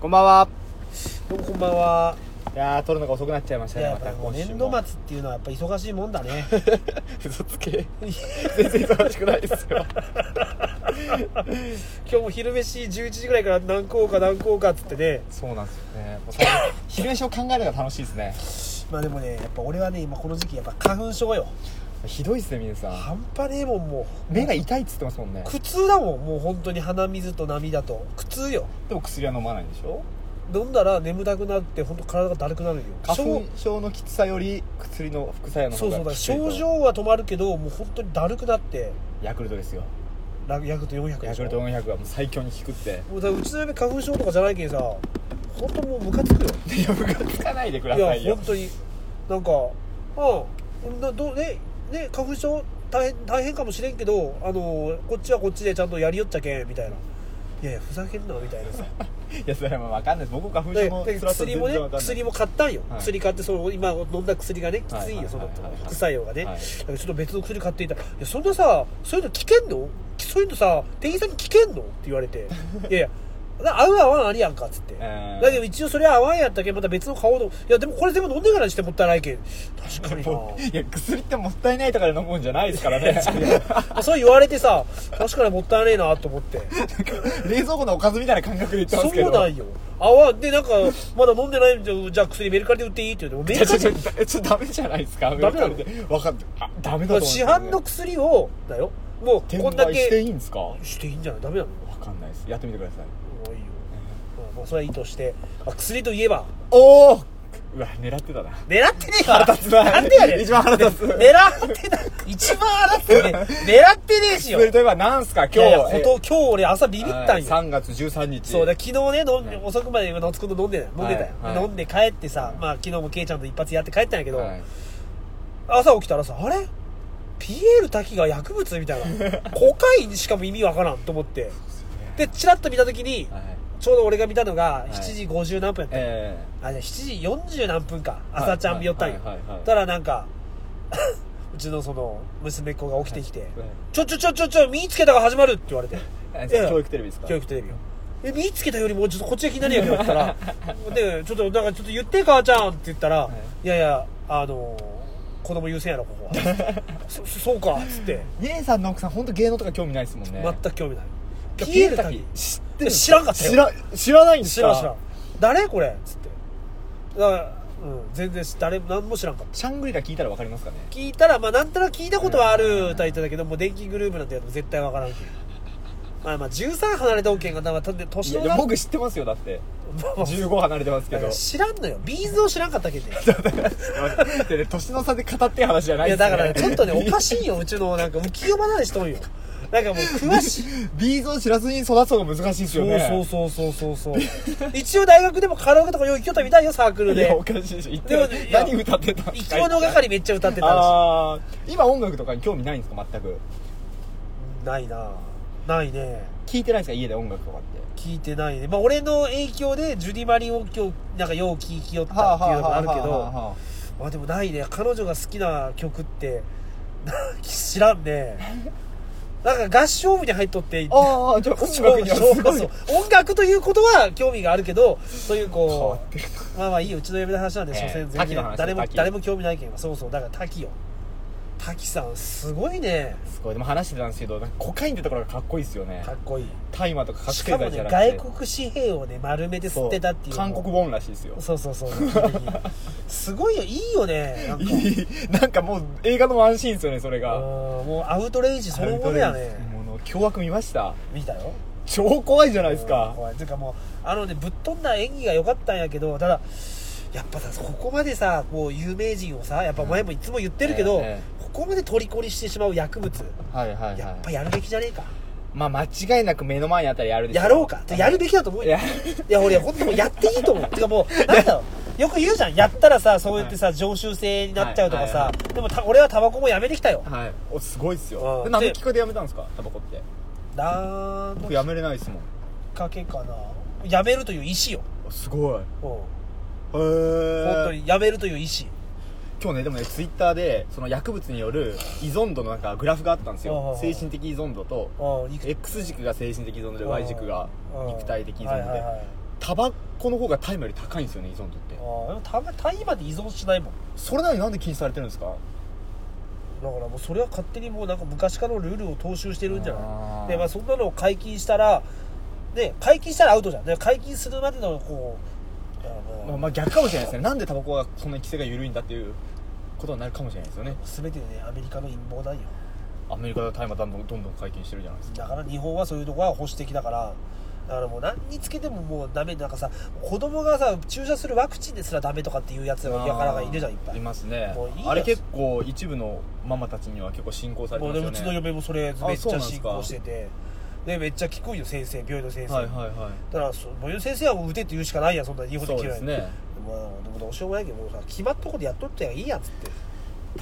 こんばんはどうもこんばんはいやー撮るのが遅くなっちゃいましいたねややまったぱもう今週年も度末っていうのはやっぱ忙しいもんだ ね嘘つ け全然忙しくないですよ今日も昼飯11時ぐらいから何校か何校かっつってねそうなんですよねもうその昼飯を考えるのが楽しいですねまあでもねやっぱ俺はね今この時期やっぱ花粉症よひどいですね皆さん半端ねえもんもう目が痛いっつってますもんね苦痛だもんもう本当に鼻水と涙と苦痛よでも薬は飲まないんでしょ飲んだら眠たくなって本当体がだるくなるよ花症粉症のきつさより薬の副作用のそ方うそうだかがらきついと症状は止まるけどもう本当にだるくなってヤクルトですよラヤクルト400でヤしクょルト400はもう最強に効くってもうだからうちの嫁花粉症とかじゃないけんさ本当もうムカつくよいやムカつかないでくだいさやいよ本当になんかうんなどうねね花粉症大変大変かもしれんけどあのこっちはこっちでちゃんとやりよっちゃけんみたいないやいやふざけんなみたいなさいやそれはわかんないです僕花粉で症ので辛さ薬もね全然わかんない薬も買ったんよ、はい薬買ってその今飲んだ薬がねきついよそのはいはいはいはい副作用がね、はいだからちょっと別の薬買っていたらいやそんなさそういうの聞けんのそういうのさ店員さんに聞けんのって言わ れていやいやな合う合わんありやんかっつって、えーだけど一応それは合わんやったけんまた別の顔のいやでもこれ全部飲んでからにしてもったいないけん確かにもうないや薬ってもったいないとかで飲むんじゃないですからねあそう言われてさ確かにもったいねえなと思って 冷蔵庫のおかずみたいな感覚で言ってまそすけどうなんよ合わんでなんかまだ飲んでないんじゃじゃあ薬メルカリで売っていいって言うてもメいやルちカょリちょちょちょダメじゃないですかメなの分かんないあダメだと思うんです市よね販の薬をだよもう転こんだ売していけいんですかわしていいんじゃないダメなのかんないですやってみてくださいもういいよ、まあ、まあそれはいいとして、まあ、薬といえばおおうわ狙ってたな狙ってねえわ腹立つななんでやねん一番腹立つ狙ってな一番腹立つね狙ってねえしよそれといえば何すか今 今日日今日俺朝ビビったんよ、 3月13日そうだ昨日ね飲んはい遅くまで今夏子と飲んでたよ飲んでたよ、はいはい飲んで帰ってさ、まあ、昨日もケイちゃんと一発やって帰ったんやけど、はい朝起きたらさあれピエール滝が薬物みたいな コカインしかも意味わからんと思ってでチラッと見た時にはいちょうど俺が見たのがい7時50何分やった、えあじゃあ7時40何分かはい朝ちゃん見よったんよはいはいはいはいたらなんか うちのその娘っ子が起きてきて、えちょちょちょちょちょ見つけたが始まるって言われて えいや教育テレビですか教育テレビをえ見つけたよりもちょっとこっちが気になるやけどって言 ったらでちょっとなんかちょっと言って母ちゃんって言ったら、い、やいやあのー子供優先やろここ はそそうかっつって姉さんの奥さん本当芸能とか興味ないですもんね全く興味ないいやピエール滝知ってえ知らんかったよ知ら知らないんです知らかん知らん誰これっつってだから、うん、全然知誰も何も知らんかったシャングリラ聞いたらわかりますかね聞いたらまあなんとなく聞いたことはある歌いただけどもう電気グループなんてやつも絶対わからんけどまあまあ13離れた音源がまあたでい年やのでもな 僕知ってますよだって15離れてますけど知らんのよビーズを知らんかったけ ど、ね、でね年の差で語ってる話じゃないいでやすねだからねちょ っとねおかしいようちのなんか浮世離れしとんよなんかもう詳しいビーズを知らずに育つのが難しいですそよねうそうそうそうそうそう一応大学でもカラオケとかよう行きよったみたいよサークルいやでおかしいでしょ言っでもていや何歌ってたんです生かき物係めっちゃ歌ってたあー今音楽とかに興味ないんですか全くしないなないね聞いてないですか家で音楽とかって聞いてないねまあ俺の影響でジュディ・マリンを今日なんかよう聴きよったっていうのもあるけどはまあでもないね彼女が好きな曲って知らんね なんか合唱部に入っとってあはあはああーじ ゃあ音楽にはすごいそうそう 音楽ということは興味があるけどそういう変わこってるうまあまあいいようちの嫁の話なんで、ええ所詮全滝の然話誰も滝誰も興味ないけんそうそうだから滝よ滝さんすごいねすごいでも話してたんですけどなんかコカインってところがかっこいいですよねかっこいい大麻とかし覚醒かも剤じねゃなくて外国紙幣をね丸めてそ吸ってたっていう韓国本らしいですよそうそうそうそうすごいよいいよねなんかいい なんかもう映画のワンシーンですよねそれうんがもうアウトレイジそのものやねもう凶悪見ました見たよ超怖いじゃないですうんか怖いていうかもうあのねぶっ飛んだ演技が良かったんやけどただやっぱさここまでさもう有名人をさやっぱ前もいつも言ってるけど、えええここまで虜にしてしまう薬物はいはいはいやっぱやるべきじゃねえか、まあ間違いなく目の前にあったらやるでしょやろうかやるべきだと思ういよやいや俺本当もうやっていいと思うてかもうなんだろうよく言うじゃんやったらさそうやってさ常習性になっちゃうとかさ、はいはでもた俺はタバコもやめてきたよはいおすごいっすうよんでなんでで聞こえでやめたんですかタバコってなんの僕きやめれないですもんっかけかなやめるという意思よ、おすごいへえうん、本本当にやめるという意思今日ねでもねツイッターでその薬物による依存度のなんかグラフがあったんですうんうんうよん精神的依存度とうんいく X 軸が精神的依存度でうん Y 軸がうん肉体的依はい存はい度はいタバコの方がタイムより高いんですよね依存度ってあーでもたま大麻で依存しないもんそれなのになんで禁止されてるんですかだからもうそれは勝手にもうなんか昔からのルールを踏襲してるんじゃあなーいで、まあ、そんなのを解禁したら、ね、解禁したらアウトじゃんで解禁するまでのこうあまあ、の、まあ逆かもしれないですねなんでタバコがそんなに規制が緩いんだっていうことになるかもしれないですよね全てねアメリカの陰謀だよアメリカでは大麻どんどんどんどん解禁してるじゃないですかだから日本はそういうとこは保守的だからだからもう何につけてももうダメなんかさ子供がさ注射するワクチンですらダメとかっていうやつがやからがいるじゃんいっぱいいますねもういいやつあれ結構一部のママたちには結構信仰されてもまうすねよねうちの嫁もそれめっそうなちゃんです進か行しててでめっちゃ聞くんよ先生病院の先生、はいはいはだからそ病院の先生はもう打てって言うしかないやんそんな日い本そでう嫌いですねまあでもどうしようもないけどさ決まったことやっとったらいいやんっつって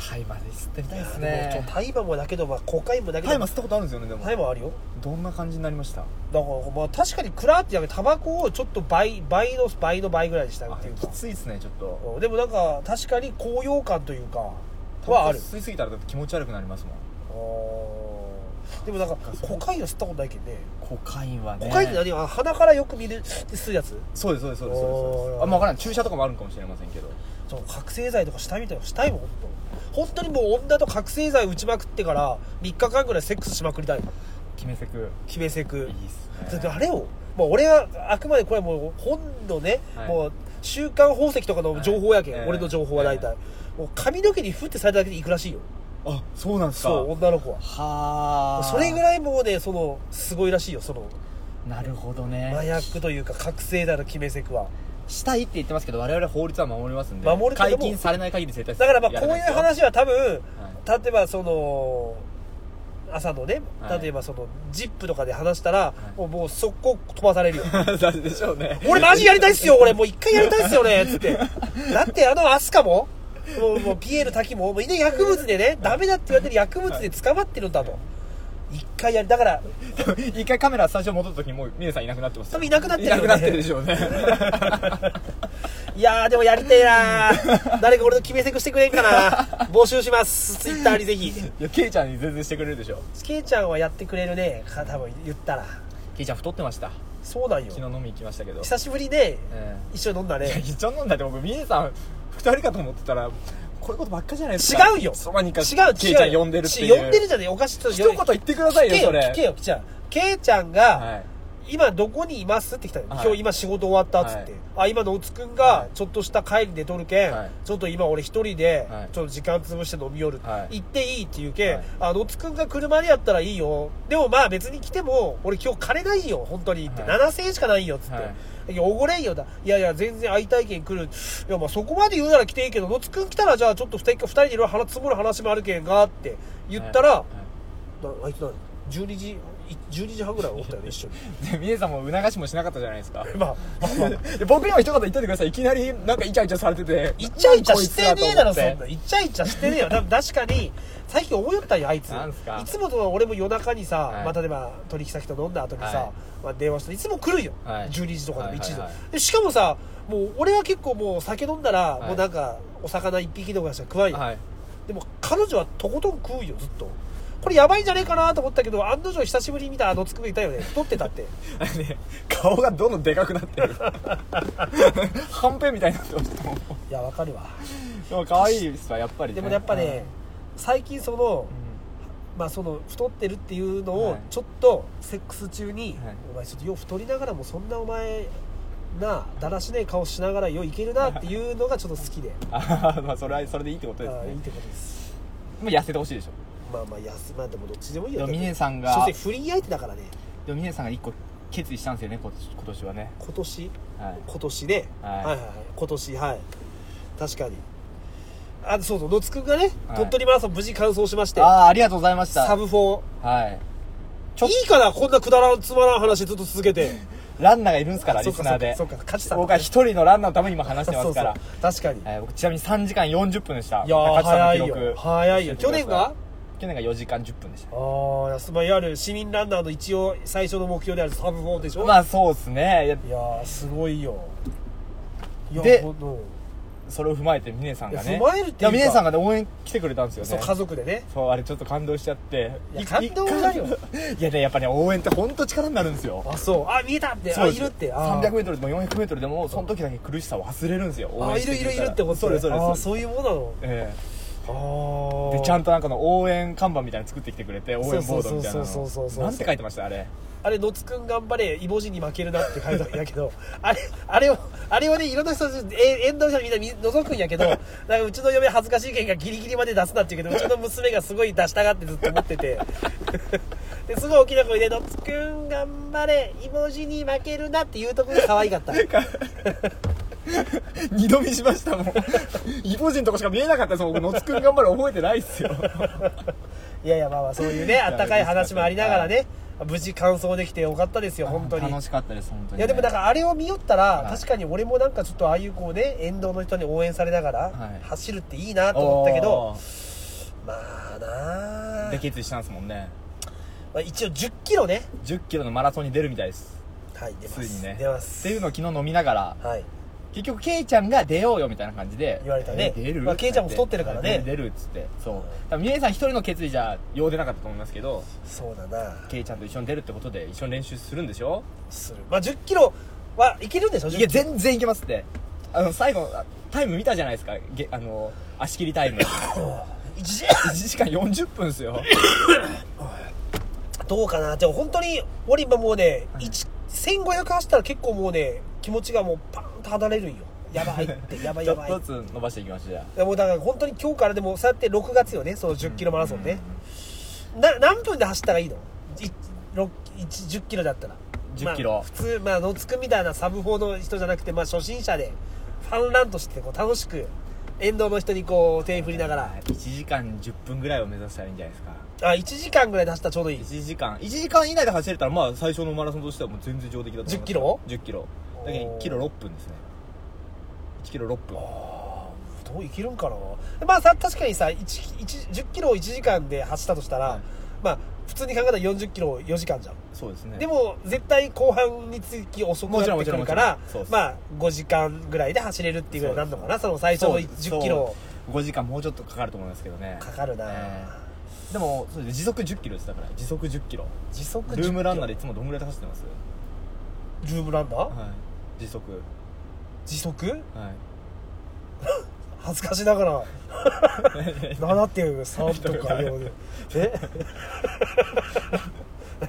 大麻で吸ってみたいですいやもうねちょ大麻もだけど、まあ、コカインもだけど大麻吸ったことあるんですよねでも大麻あるよどんな感じになりましただから、まあ、確かにクラーってやめタバコをちょっと倍倍の倍の倍ぐらいにしたいっあていうきかついですねちょっとうんでもなんか確かに高揚感というかはある吸いすぎたらだって気持ち悪くなりますもんうんでもなんかそっかコカインは吸ったことないけどねコカインはねコカインって何は鼻からよく見る吸うやつそうですそうですそうですそうですおーあまあ分からん注射とかもあるんかもしれませんけどその覚醒剤とかしたいみたいなのしたいもん本当本当にもう女と覚醒剤打ちまくってから3日間ぐらいセックスしまくりたい決めセク決めセいクいっすねだってあれを、まあ、俺はあくまでこれはもう本のね、はいもう週刊宝石とかの情報やけん、はい俺の情報は大体、はもう髪の毛にフってされただけでいくらしいよあそうなんですかそう女の子ははあそれぐらいもうねそのすごいらしいよそのなるほどね麻薬というか覚醒剤の決めセクはしたいって言ってますけど我々は法律は守りますんで守るけど解も禁されない限り絶対だからまあこういうやらないです話は多分例えばその朝のねはい例えばその「ジップとかで話したら、いもうもう速攻飛ばされるよ よ だでしょうね俺マジやりたいっ すよ俺もう一回やりたいっすよねつってだってあのアスカももう もうピエール滝ももういね薬物でねダメだって言われてる薬物で捕まってるんだと一回やりだから一回カメラスタジオ戻った時にもう峰さんいなくなってます多分いなくなってるよねいなくなってるでしょうね いやーでもやりてえ なー誰か俺の決めセクしてくれんかな募集しますツイッターにぜひいやケイちゃんに全然してくれるでしょケイちゃんはやってくれるねか多分言ったらケイちゃん太ってましたそうなんよ昨日飲み行きましたけど久しぶりでえ一緒に飲んだえいやね一応飲んだって僕峰さん二人かと思ってたらこういうことばっかじゃないですか違うよそばにか違う違うケイちゃん呼んでるっていう呼んでるじゃねえおかしいちょっと一言言ってくださいよ聞けよそれ聞けよじゃあケイちゃはんがい今どこにいますって来たのはい今日今仕事終わったっつってあ今のおつくんはがいちょっとした帰りで撮るけんはいちょっと今俺一人ではいちょっと時間潰して飲み寄るはい行っていいって言うけんはいあのおつくんが車でやったらいいよでもまあ別に来ても俺今日金ないよ本当にってはい7000円しかないよっつってはいいやおごれんよだいやいや全然会いたいけん来るいやまあそこまで言うなら来ていいけどのつくん来たらじゃあちょっと二人二人でいろいろ話積もる話もあるけんがって言ったら、はいはいなあいつな12時い12時半ぐらいおったよね一緒に で、ミネさんも促しもしなかったじゃないですか。まあまあまあで僕にも一言言っといてください。いきなり、なんかイチャイチャされてて。イチャイチャしてねえだろそこいんつなイチャイチャしてねえよだ確かに最近思いよったんよあいつなんすかいつもとは俺も夜中にさ、はいまあ、例えば取引先と飲んだ後にさ、はまあ、電話していつも来るよ、はい12時とかでも1時とか、はいはいはでしかもさもう俺は結構もう酒飲んだら、はいもうなんかお魚1匹とかしか食わんよ、はい。でも彼女はとことん食うよずっとこれやばいんじゃねえかなと思ったけど案の定久しぶりに見たあのつくめいたよね太ってた ってあれね、顔がどんどんでかくなってる。 はんぺんみたいになってますもういやわかるわでも可愛いですわ、やっぱり、でもねやっぱね、最近そのう、ん。まあ、その太ってるっていうのはをいちょっとセックス中に、はいお前ちょっとよう太りながらもそんなお前なあだらしねえ顔しながらよういけるなっていうのがちょっと好きでああ、まあ、それは、それでいいってことですああいいっね。てことですもう痩せてほしいでしょ。まあまあ安まあでもどっちでもいいでよも、ミネさん所が詮、不倫相手だからねでも、ミネさんが一個決意したんですよね、今年今年はね。今年はい。今年ね、はいはいはいはい今年はい確かにあそうそう野津くんがね、はい鳥取マラソン無事完走しましてああ、ありがとうございました。サブ4はい。ちょいいかなこんなくだらんつまらん話ずっと 続けてランナーがいるんですから、あそリうかスナーで。そうかそうか勝ちさん僕は一人のランナーのために今話してますから。そうそう確かにえー僕ちなみに3時間40分でしたいやー高知さんの記早いよ録早いよ教えてくださ去い去年が4時間10分でしああ安まあいわゆる市民ランナーの一応最初の目標であるサブ4でしたょ、まあそうですねいやいやーすごいよいやでほんとそれを踏まえて峰さんがねいや踏まえるっていうかや峰さんがね応援来てくれたんですよねそう家族でねそうあれちょっと感動しちゃっていや感動だよ一回いやねやっぱね応援って本当力になるんですよあそうあ見えたってそあういるってあ 300m でも 400m でもその時だけ苦しさを忘れるんですよ応あ援いしてるくれいたるらいるってことそうですそうですあそういうものなのえあえあでちゃんとなんかの応援看板みたいに作ってきてくれて応援ボードみたいなのそうそうそうそうそうそうなんて書いてましたあれあれ「のつくん頑張れイボジに負けるな」って書いてあるんやけどあれあれをあれをねいろんな人え遠藤の人みんな見覗くんやけどなんかうちの嫁恥ずかしいけんがギリギリまで出すなって言うけどうちの娘がすごい出したがってずっと思っててですごい大きな声で「のつくん頑張れイボジに負けるな」っていうところが可愛かった 二度見しましたもんイボ人とこしか見えなかったです僕のつくん頑張る覚えてないっすよいやいやまあまあそういうねあったかい話もありながらね無事完走できてよかったですよ本当に楽しかったです本当に、ね、いやでもなんかあれを見よったら、はい確かに俺もなんかちょっとああいうこうね沿道の人に応援されながら、はい走るっていいなと思ったけどおーまあなあで決意したんですもんねまあ、一応1 0キロね1 0キロのマラソンに出るみたいですはい出ますついにね出まっすていうのを昨日飲みながらはい結局ケイちゃんが出ようよみたいな感じで言われたねえ出る、まあケイちゃんも太ってるからね出る出るっつってそう多分峰さん一人の決意じゃよう出なかったと思いますけどそうだなケイちゃんと一緒に出るってことで一緒に練習するんでしょするまあ1 0キロはいけるんでしょ10いや全然いけますってあの最後あタイム見たじゃないですかげあの足切りタイム 一時1時間40分ですよどうかなでも本当に俺今もうね、一1500走ったら結構もうね気持ちがもうパーンと離れるんよやばいってやばいちょやばっいとずつ伸ばしていきましょうじゃいやもうだから本当に今日からでもそうやって6月よねその1 0キロマラソンね、な何分で走ったらいいの1 0キロだったら10キロまあ普通まあ野津くみたいなサブ4の人じゃなくて、まあ、初心者でファンランとしてこう楽しく沿道の人にこう手振りながら1時間10分ぐらいを目指したらいいんじゃないですかあ1時間ぐらいで走ったらちょうどいい1時間1時間以内で走れたらまあ最初のマラソンとしてはもう全然上出来だと思います10キロ10キロだけど1キロ6分ですね1キロ6分どういけるんかなまあさ確かにさ1 0キロを1時間で走ったとしたら、はいまあ普通に考えたら4 0キロ4時間じゃんそうですねでも絶対後半につき遅くなってくるからもちろんもちろんもちろんそうですまあ5時間ぐらいで走れるっていうぐらいになんのかなその最初の10キロ5時間もうちょっとかかると思いますけどねかかるな、えでもそうです時速10キロですだから時速10キロ時速10ルキロームランナーでいつもどんぐらいで走ってますルームランナーはい時速時速はい恥ずかしながら7.3とか4で え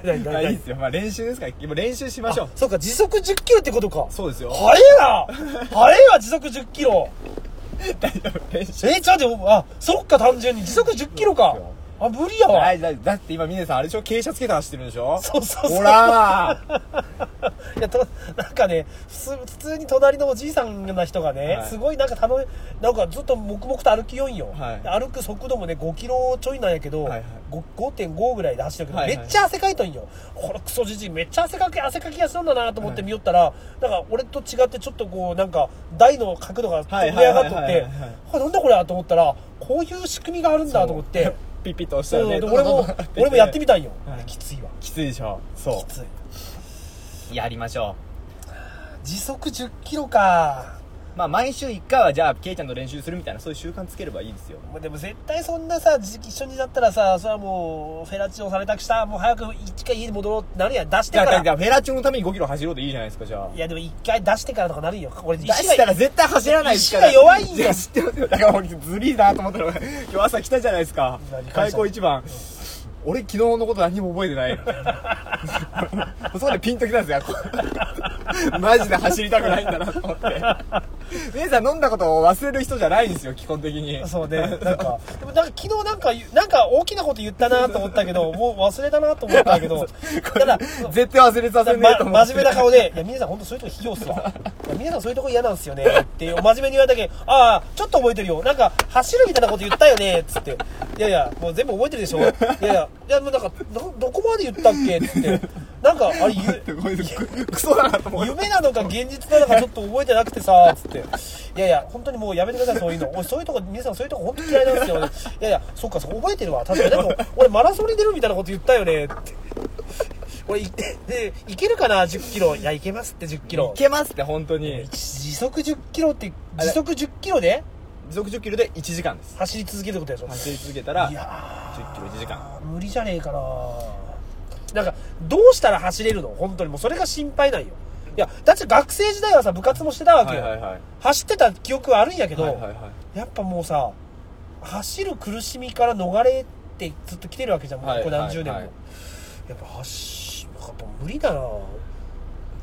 何何あ何いいですよまあ練習ですから今練習しましょうあそうか時速10キロってことかそうですよ早えな早えわ時速10キロ 練習えちょっと待ってあそっか単純に時速10キロかあ無理やわ大事大事だって今峰さんあれでしょ傾斜つけて走ってるんでしょそうそうそうほらーいやとなんかね普通普通に隣のおじいさんな人がね、はいすごいなんかたのなんかずっと黙々と歩きよんよ、はい歩く速度もね5キロちょいなんやけど、はいはいご5.5ぐらいで走ってるけど、はいはいめっちゃ汗かいとんよこれクソじじいめっちゃ汗かき汗かきやすなんだなと思って見よったら、なんか俺と違ってちょっとこうなんか台の角度が飛んで上がっとっはいはいはいてはいはいあなんだこれと思ったらこういう仕組みがあるんだと思って ピッピッと押しそたうらねで俺 も俺もやってみたたんよ、はいきついわきついでしょそきついうやりましょ時速10キロかうまあ毎週1回はじゃあケイちゃんと練習するみたいなそういう習慣つければいいですよまあでも絶対そんなさじ一緒になったらさそれはもうフェラチオされたくしたもう早く一回家に戻ろうってなるやん出してだかかららフェラチオのために5キロ走ろうでいいじゃないですかじゃあいやでも一回出してからとかなるよ俺意出志したらが絶対走らないですから意志が弱いんだよや知ってますよだから俺ずりーなと思ったのが今日朝来たじゃないですか何感開謝口一番俺昨日のこと何も覚えてないそこでピンときたんですよマジで走りたくないんだなと思って姉さん飲んだことを忘れる人じゃないんですよ基本的にそ うねなんかでもなんか昨日なんかなんか大きなこと言ったなと思ったけどもう忘れたなと思った けどただ絶対忘れさせねえと思って、ま真面目な顔で「いや皆さん本当そういうとこ卑怯っすわ」いや「皆さんそういうとこ嫌なんすよね」って真面目に言われたけど「ああちょっと覚えてるよなんか走るみたいなこと言ったよね」っつって「いやいやもう全部覚えてるでしょ」いやいやいやもうなんかどどこまで言ったっけ」っつってなんかあれゆごめんなさいククソだなと思って 夢なのか現実なのかちょっと覚えてなくてさ、つって。いやいや、本当にもうやめてください、そういうの。俺、そういうとこ、皆さんそういうとこ本当嫌いなんですよ。いやいや、そっか、そう覚えてるわ。確かに。でも、俺マラソンに出るみたいなこと言ったよね、って。俺いでいけるかな1 0キロいやいけますって1 0キロいけますって本当に時速1 0キロってあれ時速1 0キロで時速1 0キロで1時間です走り続けるってことでし走り続けたらい1や0キロ1時間ょ無理じゃねえかななんかどうしたら走れるの本当にもうそれが心配なんよいやだって学生時代はさ部活もしてたわけよ、はい走ってた記憶はあるんやけど、はいはいはいやっぱもうさ走る苦しみから逃れてずっと来てるわけじゃんもうここ何十年も、はいはいやっぱ走るやっぱ無理だな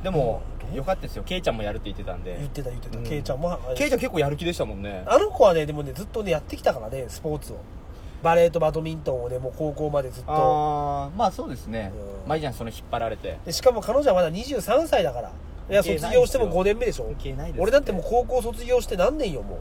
でもよかったですよケイちゃんもやるって言ってたんで言ってた言ってた、うんケイちゃんもケイちゃん結構やる気でしたもんねあの子はねでもねずっとねやってきたからねスポーツをバレーとバドミントンをねもう高校までずっとああまあそうですねうんマイちゃんその引っ張られてでしかも彼女はまだ23歳だからいや関係卒ない業してもですよ5年目でしょ関係ないですよ俺だってもう高校卒業して何年よもう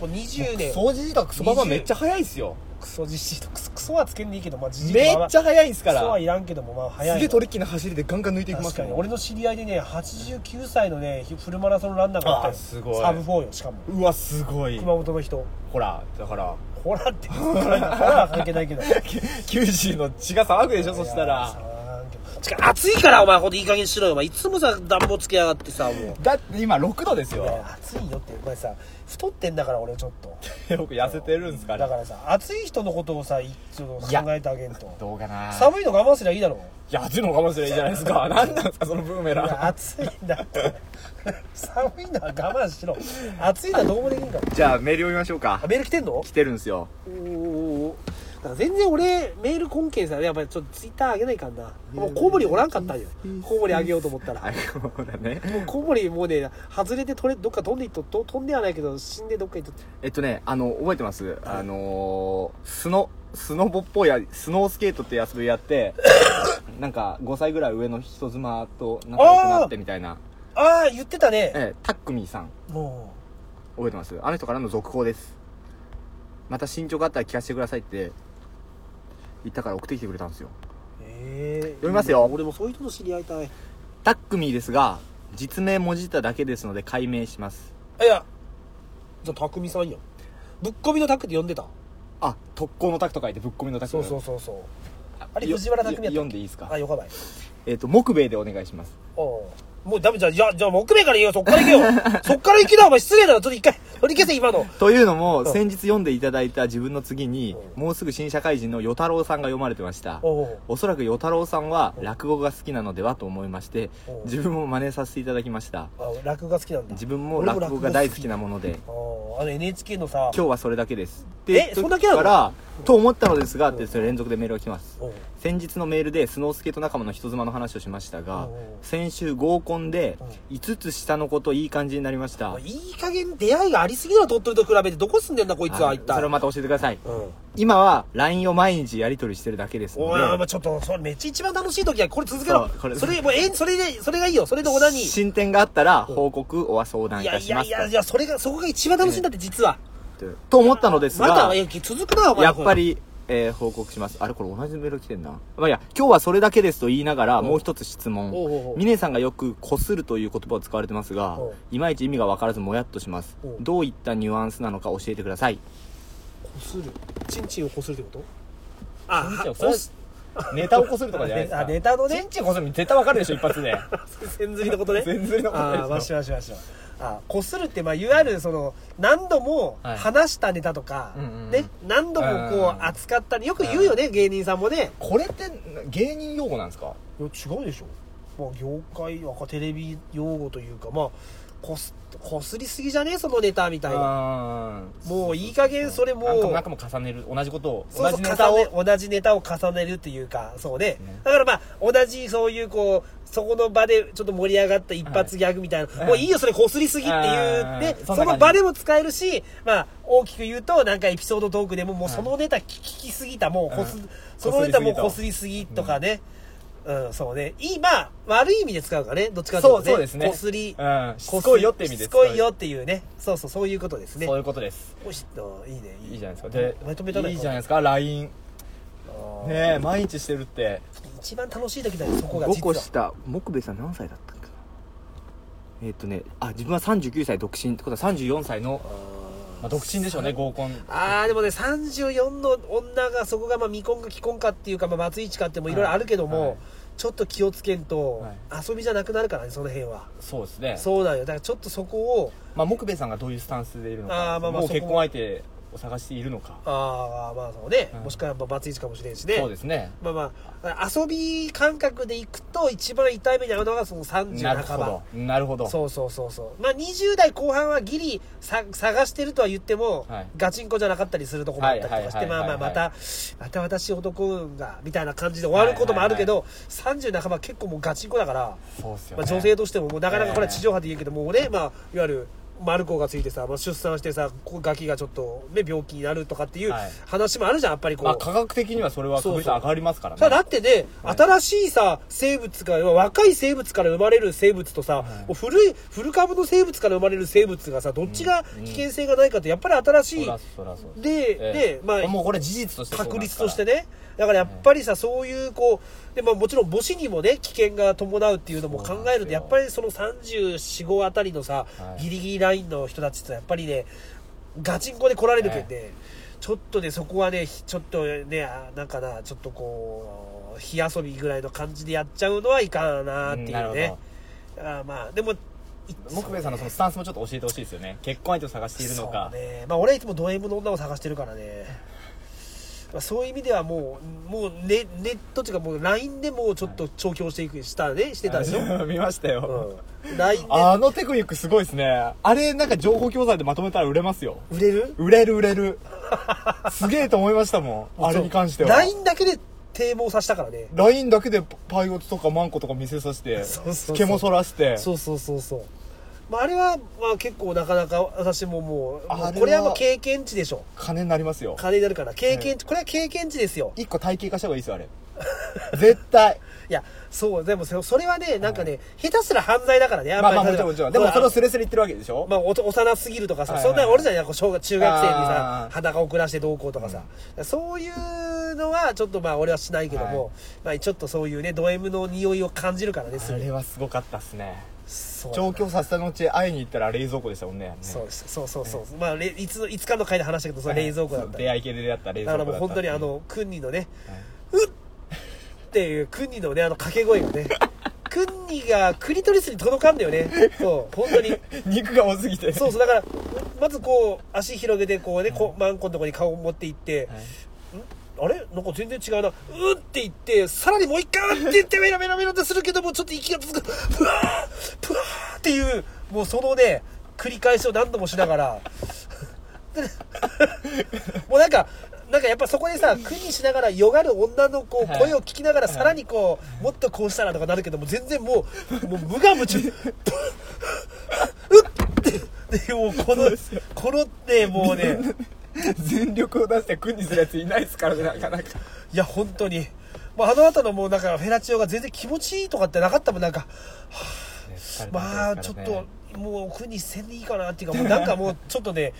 もう20年掃除自体クソババアめっちゃ早いっすよクソじじいとクソクソはつけんでいいけどまあじじいとめまあっちゃ早いっすかクソはらいらんけどもまあ早いすわげえトリッキーな走りでガンガン抜いていきますか確からに俺の知り合いでね89歳のねフルマラソンランナーがあっあてすごいサブ4よしかもうわすごい熊本の人ほらだからほらってほらは関係ないけど 九州の血が騒ぐでしょ そしたらしか暑いからお前ほんといい加減しろよお前いつもさ暖房つけやがってさもうだって今6度ですいよや暑いよってお前さ太ってんだから俺ちょっと僕痩せてるんすかだらからさ暑い人のことをさいちょっと考えてあげんとどうかな寒いの我慢すりゃいいだろいや暑いのかもしれないじゃないです か何なんですかそのブーメいランや暑いんだって 寒いのは我慢しろ暑いのはどうもできんからじゃあメール読みましょうかあメール来てんの来てるんですよおーおーおーだから全然俺メール根拠さやっぱりちょっとツイッター上げないかんなもうコウモリおらんかったんよコウモリあげようと思ったらいそうだねもうコウモリもうね外れて取れどっか飛んでいっとと飛んではないけど死んでどっか行っとえっとねあの覚えてますあのー、スノスノボっぽいやスノースケートっていう遊びやって なんか5歳ぐらい上の人妻と仲良くなってみたいな、ああ言ってたえねえ、タックミーさんも覚えてますあの人からの続報ですまた進捗があったら聞かせてくださいって言ったから送ってきてくれたんですようええー、読みますよ俺もそういう人と知り合いたいタックミーですが実名文字っただけですので解明しますあいやじゃあ匠さんやぶっこみのタクって呼んでたあ特攻のタクと書いてぶっ込みのタクそうそうそうそうあれ藤原拓海やったっけ読んでいいですかあよかばいえっ、と木米でお願いしますおうもうダメじゃあじゃあじゃあ木目から言えよそっ から行けよそっから行きなお前失礼だろちょっと一回取り消せ今のというのもうん先日読んでいただいた自分の次にもうすぐ新社会人の与太郎さんが読まれてましたおうおそらく与太郎さんは落語が好きなのではと思いましてお自分も真似させていただきましたあ落語が好きなんだ自分も落語が大好きなものであーあの NHK のさ今日はそれだけですえそんだけなのからと思ったのですがってそれ連続でメールが来ますおう先日のメールでスノースケート仲間の人妻の話をしましたがおうおう先週合コンで5つ下の子といい感じになりましたお前いい加減出会いがありすぎだろ鳥取と比べてどこ住んでんだこいつははい一体それをまた教えてくださいうん、今は LINE を毎日やり取りしてるだけですのおいおで前ちょっとそれめっちゃ一番楽しい時はこれ続けろそうこれそれもうえそれでそれがいいよそれで オナにい進展があったら報告おは相談いやたいしやますいやいやそれがそこが一番楽しいんだって実はとと思ったのですまがだえ続くなお前やっぱり、えー報告します。あれこれ同じメール来てんな。まあ、いや、今日はそれだけですと言いながら、もう一つ質おうおうお問う。ミネさんがよく、こするという言葉を使われてますがおう、いまいち意味がわからずもやっとしますおう。どういったニュアンスなのか教えてください。こするチンチンをこするってことチンチあンをはこすネタをこすると あネタのねチンこする絶対わかるでしょ、一発で。 千釣りのこと ね千釣りのことですよあーわしわしわしわあこするって、まあ、いわゆるその何度もはい話したネタとか、うんうんうんね、何度もこうんう扱ったりよく言うよね、芸人さんもね これって芸人用語なんですかいや違うでしょ、まあ、業界わかテレビ用語というかまあこすこすりすぎじゃねえそのネタみたいなもういい加減それもうも重ねる、同じことをそうそう重ね同じネタを重ねるっていうかそうねねだからまあ同じそういうこうそこの場でちょっと盛り上がった一発ギャグみたいな、はいもういいよそれこすりすぎっていうあねーそそんな感じの場でも使えるしまあ大きく言うとなんかエピソードトークでももうそのネタ聞きすぎたもうこす、うんそのネタもうこすりすぎとかね、うんそうねいいまあ悪い意味で使うからねどっちかというと、ね、そうそうですねこすりうんしこつすこいよって意味ですしつこいよっていうねそうそうそういうことですねそういうことです。おしっといいねいいじゃないですか。でまとめた、ねいいじゃないですか、LINE。あーねえ、毎日してるって。一番楽しい時だよそこが5実個は下、木部さん何歳だったっけなえーっとね、あ、自分は39歳独身ってことは34歳の、まあ、独身でしょうね、合コン。あーでもね34の女がそこがまあ未婚か既婚かっていうか、まあ、松市かってもいろいろあるけども、はいはいちょっと気をつけんと、は遊びじゃなくなるからねその辺はそうですねそうなんよだからちょっとそこをまあ木兵衛さんがどういうスタンスでいるのかあーまあまもあうそこ結婚相手を探しているのかああまあそうね、うんもしくはまあバツイチかもしれんしねそうですねまあまあ遊び感覚でいくと一番痛い目に遭うのがその30なる半ばほどなるほどそうそうそうそうまあ20代後半はギリさ探してるとは言っても、はいガチンコじゃなかったりするとこもあったりとかしてはいはいまはあいまはあいまたまた私男がみたいな感じで終わることもあるけど、30半ば結構もうガチンコだから、そうっすよまあ、ね女性としてももうなかなかこれは地上波で言うけどもうね、まあ、いわゆる。マルコがついてさ、まあ、出産してさ、こうガキがちょっと、ね、病気になるとかっていうはい話もあるじゃん、やっぱりこう。まあ科学的にはそれはそうそう確率上がりますからねさだってね、新しいさ生物が若い生物から生まれる生物とさ、もう古い古株の生物から生まれる生物がさどっちが危険性がないかってやっぱり新しい、そらそらそうで、でまあもうこれ事実としてそうなん確です率からとしてねだからやっぱりさ、そういうこうで、まあ、もちろん母子にもね危険が伴うっていうのも考えそうなんでするとよやっぱりその345あたりのさ、はいギリギリラインの人たちってやっぱりねガチンコで来られるけんね、ちょっとねそこはねひちょっとねあなんかなちょっとこう火遊びぐらいの感じでやっちゃうのはいかんなっていううんなるほねど、だからまあでも木兵衛さんのそのスタンスもちょっと教えてほしいですよね結婚相手を探しているのかそうねまあ俺はいつもド M の女を探してるからねまあそういう意味ではもうもうネネットっていうかもう LINE でもうちょっと調教していくしたねしてたでしょ、 見ましたよ、うん、LINE あのテクニックすごいですねあれなんか情報教材でまとめたら売れますよで売れる売れる売れ るすげえと思いましたもんあれに関しては LINE だけで堤防させたからね LINE だけでパイオツとかマンコとか見せさせてそうそうそう毛もそらしてそうそうそうそうまああれはまあ結構なかなか私ももうもうあれはこれはもう経験値でしょ金になりますよ金になるから経験値、これは経験値ですよ一個体系化した方がいいですよあれ絶対い やそうでもそそれはねなんかね、下手すら犯罪だからねあまあまあもりちろんもちろんでもそれをあスレスレ言ってるわけでしょ、まあ、おと幼すぎるとかさ、はいはいそんなの俺じゃなんか小学中学生にあさー裸を暮らしてどうこうとかさ、そういうのはちょっとまあ俺はしないけども、まあ、ちょっとそういうねド M の匂いを感じるからねすあぐれはすごかったっすねそう調教させた後会いに行ったら冷蔵庫でしたもんねそうですそうそうそう、まあれいついつかの回で話したけどそれ冷蔵庫だった、出会い系で出会った冷だ蔵か庫らもうった本当にあのクンニのね、うっっていうクンニのねあの掛け声が ねクンニがクリトリスに届かんだよねそう本当に肉が多すぎてそうそうだからまずこう足広げてこうねこうマンコのとこに顔を持っていって、んあれなんか全然違うなうーって言ってさらにもう一回うーって言ってメラメラメラってするけどもちょっと息がつくふわーふわーっていうもうそのね繰り返しを何度もしながらもうなんかなんかやっぱそこでさ苦にしながらよがる女の子はい声を聞きながらさらにこうもっとこうしたらとかなるけども全然もうもう無我 夢中うっってでもうこのこのねもうね全力を出して訓にするやついないですからねな かなかいや本当にもうあの後のもうなんかフェラチオが全然気持ちいいとかってなかったもんなんかまあちょっともう苦にせんでいいかなっていうかもうなんかもうちょっとね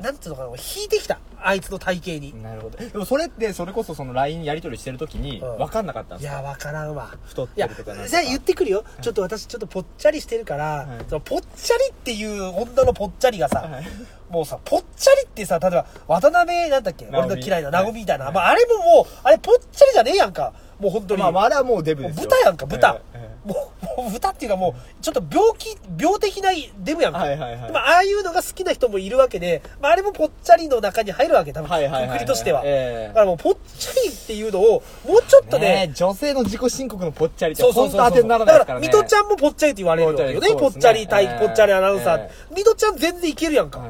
なんていうのかな引いてきたあいつの体型になるほどでもそれってそれこそその LINE やり取りしてる時にうん分かんなかったんいですかやわからんわ太っいてやるとかなんとじゃかあ言ってくるよ、ちょっと私ちょっとぽっちゃりしてるから、いそのぽっちゃりっていう女のぽっちゃりがさ、はいもうさぽっちゃりってさ例えば渡辺なんだっけ直美俺の嫌いなはいなごみみたいな、まあ、あれももうあれぽっちゃりじゃねえやんかもう本当に、まあまああれはもうデブもうですよ豚やんか豚、えええもうもう豚っていうかもうちょっと病気病的なデブやんか、はいはいはいまあ、ああいうのが好きな人もいるわけで、まあ、あれもぽっちゃりの中に入るわけ多分、はいはいはいはいくくりとしては、ええだからもうぽっちゃりっていうのをもうちょっえとねねえ女性の自己申告のぽっちゃりってそうそう本そう当当そてう。にならないでだすか、かららミねトちゃんもぽっちゃりって言われるよね。ぽぽっっちちゃゃりり対、えーぽっちゃりアナウンサーえ。ミトちゃん全然いけるやんか。はい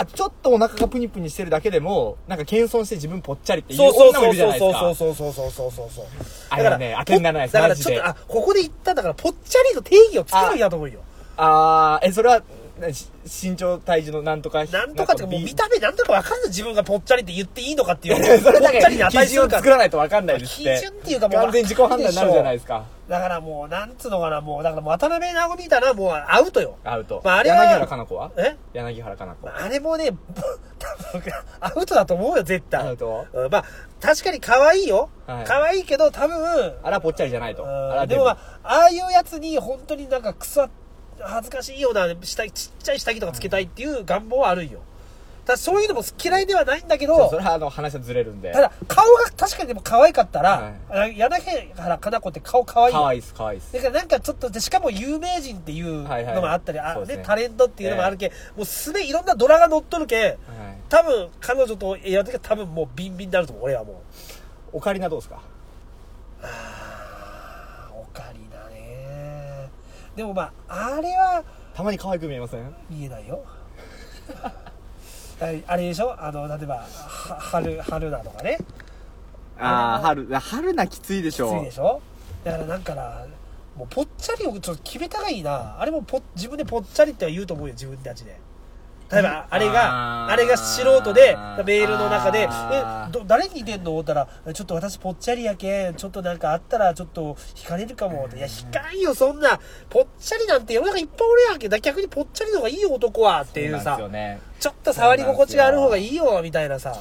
あちょっとお腹がプニプニしてるだけでもなんか謙遜して自分ぽっちゃりっていうそうそう女もいそうるじゃないですかそうそうそうそうそうそうそう。あれはねだか当らてにならないですだからマジちでょっと、あ、ここで言ったんだから、ぽっちゃりの定義を作るんやと思うよ。ああえそれはなし身長体重のなんとかなんとかっていうか、もう見た目なんとかわかんない自分がぽっちゃりって言っていいのかっていう。ぽ それだっけちゃりに値基する準をか作らないと分かんないですって基準っていうかもう完全自己判断になるじゃないですかだからもう、なんつうのかな、もう、だからもう渡辺直美みたいな、もうアウトよ。アウト、まああれは柳原加奈子はえ柳原加奈子まああれもね、 多分アウトだと思うよ、絶対。アウトうんまあ、確かに可愛いよ。はい可愛いけど、多分、あらぽっちゃりじゃないとあうらんでもまあ、ああいうやつに本当になんかくそ恥ずかしいような下着ちっちゃい下着とかつけたいっていう願望はあるんよ。だそういうのも嫌いではないんだけそうどそれはあの話はずれるんでただ顔が確かにでも可愛かったら、柳原かな子って顔可愛いかわいいっすかわいいっすだからなんかちょっとでしかも有名人っていうのもはいはいあったり、そうあですねねタレントっていうのもあるけ、もうすでにいろんなドラが乗っとるけはい多分彼女とやる時は多分もうビンビンになると思う俺はもうオカリナどうですかあーオカリナねでもまああれはたまに可愛く見えません見えないよああれでしょあの例えばは春春だとかねああ春春なきついでしきついょでしょだからなんかなもうぽっちゃりをちょっと決めたがいいなあれもぽ自分でぽっちゃりって言うと思うよ自分たちで例えばあれがああーれが素人でメールの中で「あえーど誰に似てんの?」思ったら「ちょっと私ぽっちゃりやけんちょっとなんかあったらちょっと惹かれるかも」って「いや惹かんよそんなぽっちゃりなんて世の中いっぱいおるやんけだ逆にぽっちゃりの方がいいよ男は」っていうそさうなんですよねちょっと触り心地がある方がいいよみたいなさ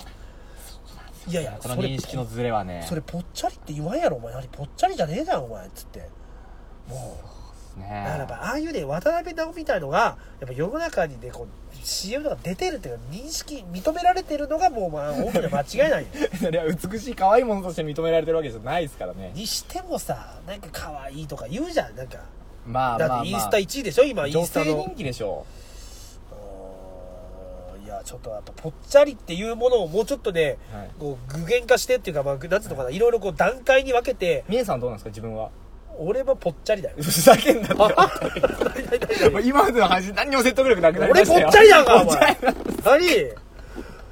いやいやこのそれ認識のズレはねそれぽっちゃりって言わんやろお前何ぽっちゃりじゃねえじゃんお前っつってもうだからやねっぱああいうね渡辺直美みたいのがやっぱ世の中にねこう CM とか出てるっていうか認識認められてるのがもうまあ大きな間違いないよ それは美しい可愛いものとして認められてるわけじゃないですからねにしてもさなんか可愛いとか言うじゃんなんかまあまあ、まだっあ、てインスタ1位でしょ今イン女スタ性の人気でしょうーんいやちょっとやっぱぽっちゃりっていうものをもうちょっとね、はいこう具現化してっていうか、まあ、なんつうのかな、いろいろこう段階に分けてみえさんどうなんですか自分は俺もぽっちゃり だよ ふざけんなって何何何もう今までの話何にも説得力なくなりま 俺したぽよっちゃりだんかおぽっちゃ前り何い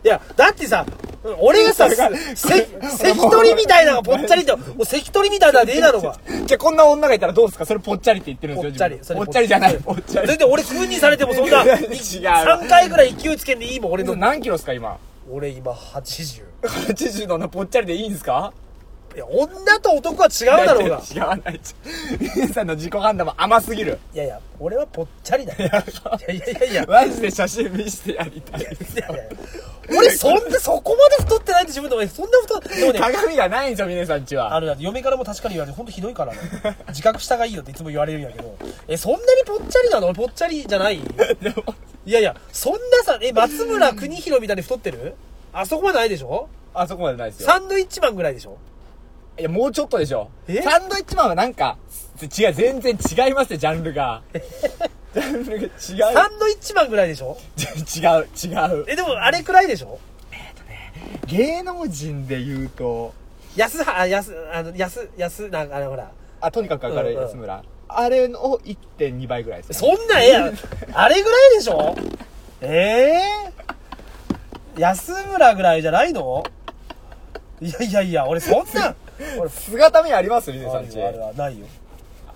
やだってさ俺 がさそれがせ関取みたいなのがぽっ ちゃりってもう関取みたいなのはねえだろうがじゃあこんな女がいたらどうですかそれぽっちゃりって言ってるんぽっですちゃより自分ぽっちゃりじゃないぽっちゃ全り然俺君にされてもそんな 違う3回ぐらい勢いつけんでいいもん俺の何キロですか今俺今80 80の女ぽっちゃりでいいんですかいや女と男は違うだろうが違わない皆さんの自己判断も甘すぎるいやいや俺はぽっちゃりだよいやいやいやいやマジで写真見せてやりたいいやいや俺そんなそこまで太ってないって自分で俺そんな太ってでもね鏡がないんですよ皆さんちあはの、嫁からも確かに言われて、ほんとひどいからね。 自覚したがいいよっていつも言われるんやけど、え、そんなにぽっちゃりなの俺ぽっちゃりじゃないいやいや、そんなさ、え、松村邦弘みたいに太ってるあそこまでないでしょあそこまでないですよサンドイッチマンぐらいでしょいやもうちょっとでしょえサンドイッチマンはなんか違う全然違いますよジャンル がジャンルが違サンドイッチマンぐらいでしょう違う違うえ、でもあれくらいでしょ芸能人で言うと安は、あ、安、あの、安、安、なんかあの、ほら。あとにかく明るいうんうん安村、あれの1.2倍ぐらいですねそんなんええやん。あれぐらいでしょええ安村ぐらいじゃないのいやいやいや、俺そんなん、俺、姿見あります峰あさんるちよあるよないよ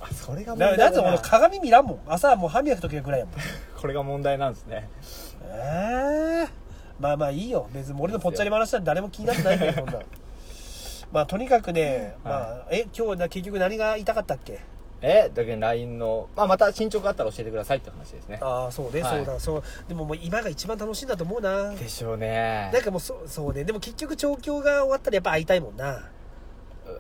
あそれが問だ題だだって俺な鏡見らんもん朝もう歯磨く時ぐらいやもんこれが問題なんですねええまあまあいいよ別に俺のぽっちゃり話なんて誰も気になってないんだよそんなんまあとにかくね、まあ、え今日な結局何が言いたかったっけえだけど LINE の、まあ、また進捗があったら教えてくださいって話ですねああそうね、はいそうだそうでももう今が一番楽しいんだと思うなでしょうねなんかもうそうそうねでも結局調教が終わったらやっぱ会いたいもんな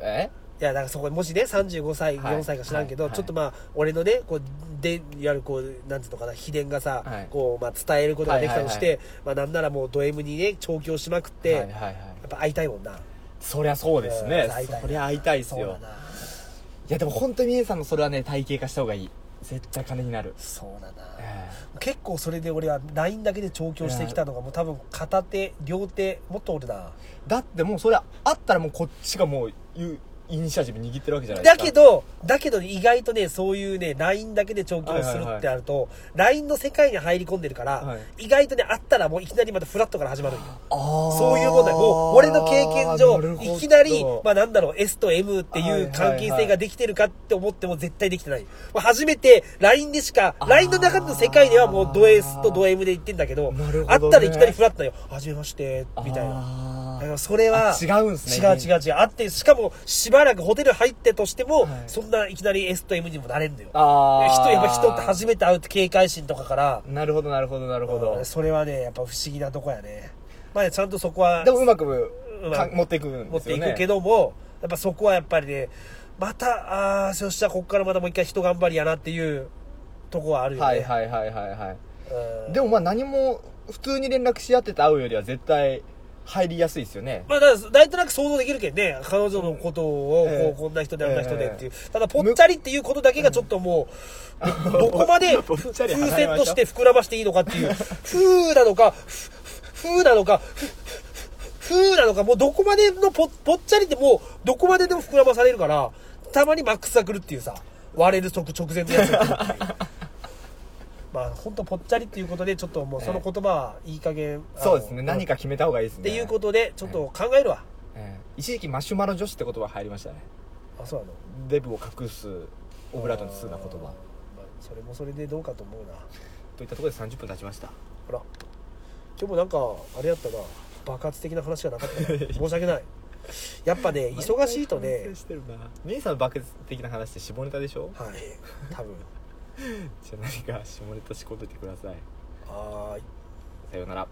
えいやだからそこもしね35歳、はい4歳か知らんけど、はいちょっとまあ俺のねこうでいわゆるこうなんていうのかな秘伝がさ、はいこうまあ伝えることができたとして、はいまあなんならもうド M にね調教しまくって、はいはいやはいっぱ会いたいもんなそりゃそうですねうん会いたいなそりゃ会いたいですそうよだないやでも本当に皆さんのそれはね体系化した方がいい絶対金になる、そうだな、え結構それで俺は LINE だけで調教してきたのがもう多分片手両手もっとおるなえだってもうそれあったらもうこっちがもう言うイニシアチブ握ってるわけじゃないですだかけどだけど意外とねそういうね LINE だけで調教するはいはいはいってあると、LINE の世界に入り込んでるから、は意外とね会ったらもういきなりまたフラットから始まるんよあーそういうことだよ。もう、俺の経験なるほ上、どいきなり、まあなんだろう、S と M ってはいいはうい関係性ができてるかって思っても絶対できてない。まあ初めて、LINE でしか、ー LINE の中の世界ではもうド S とド M で言ってんだけど、なるほあどねったらいきなりフラットだよ。はじめまして、みたいな。なだからそれは、あ違うんすね違う違う違う。あって、しかも、しばらくホテル入ってとしても、はいそんないきなり S と M にもなれんのよ。あー人、やっぱ人って初めて会うって警戒心とかから、なるほどなるほどなるほど、それはね、やっぱ不思議なとこやね。まあねちゃんとそこは、でもうまくうまかく持っていくん持でっすてよいねくけども、やっぱそこはやっぱりね、また、ああ、そしたらこっからまたもう一回人頑張りやなっていうとこはあるよね。はいはいはいはいはいうんでもまあ何も普通に連絡し合ってて会うよりは絶対入りやすいですよねまあ、だからなんとなく想像できるけんね彼女のことをこう、ええこんな人であんな人でっていう、えただぽっちゃりっていうことだけがちょっとも う、どこまでぽっ風ちゃり船離れましょとうして膨らましていいのかっていう風なのかふ風なのかふ風なのかもうどこまでのぽぽっちゃりってもうどこまででも膨らまされるからたまにマックスが来るっていうさ割れる直直前の やつが来るっていうまあ本当ぽっちゃりっていうことでちょっともうその言葉はいい加減、あのそうですね何か決めた方がいいですっねていうことでちょっと考えるわ、ええ一時期マシュマロ女子って言葉入りましたねあそうなのデブを隠すオブラートに包んだ言葉まあそれもそれでどうかと思うなといったところで30分経ちましたほら今日もなんかあれやったな爆発的な話がなかったな申し訳ないやっぱね忙しいとね 反省してるな姉さんの爆発的な話って下ネタでしょはい多分じゃあ何か下ネタ仕込んでてくださいはーいさようなら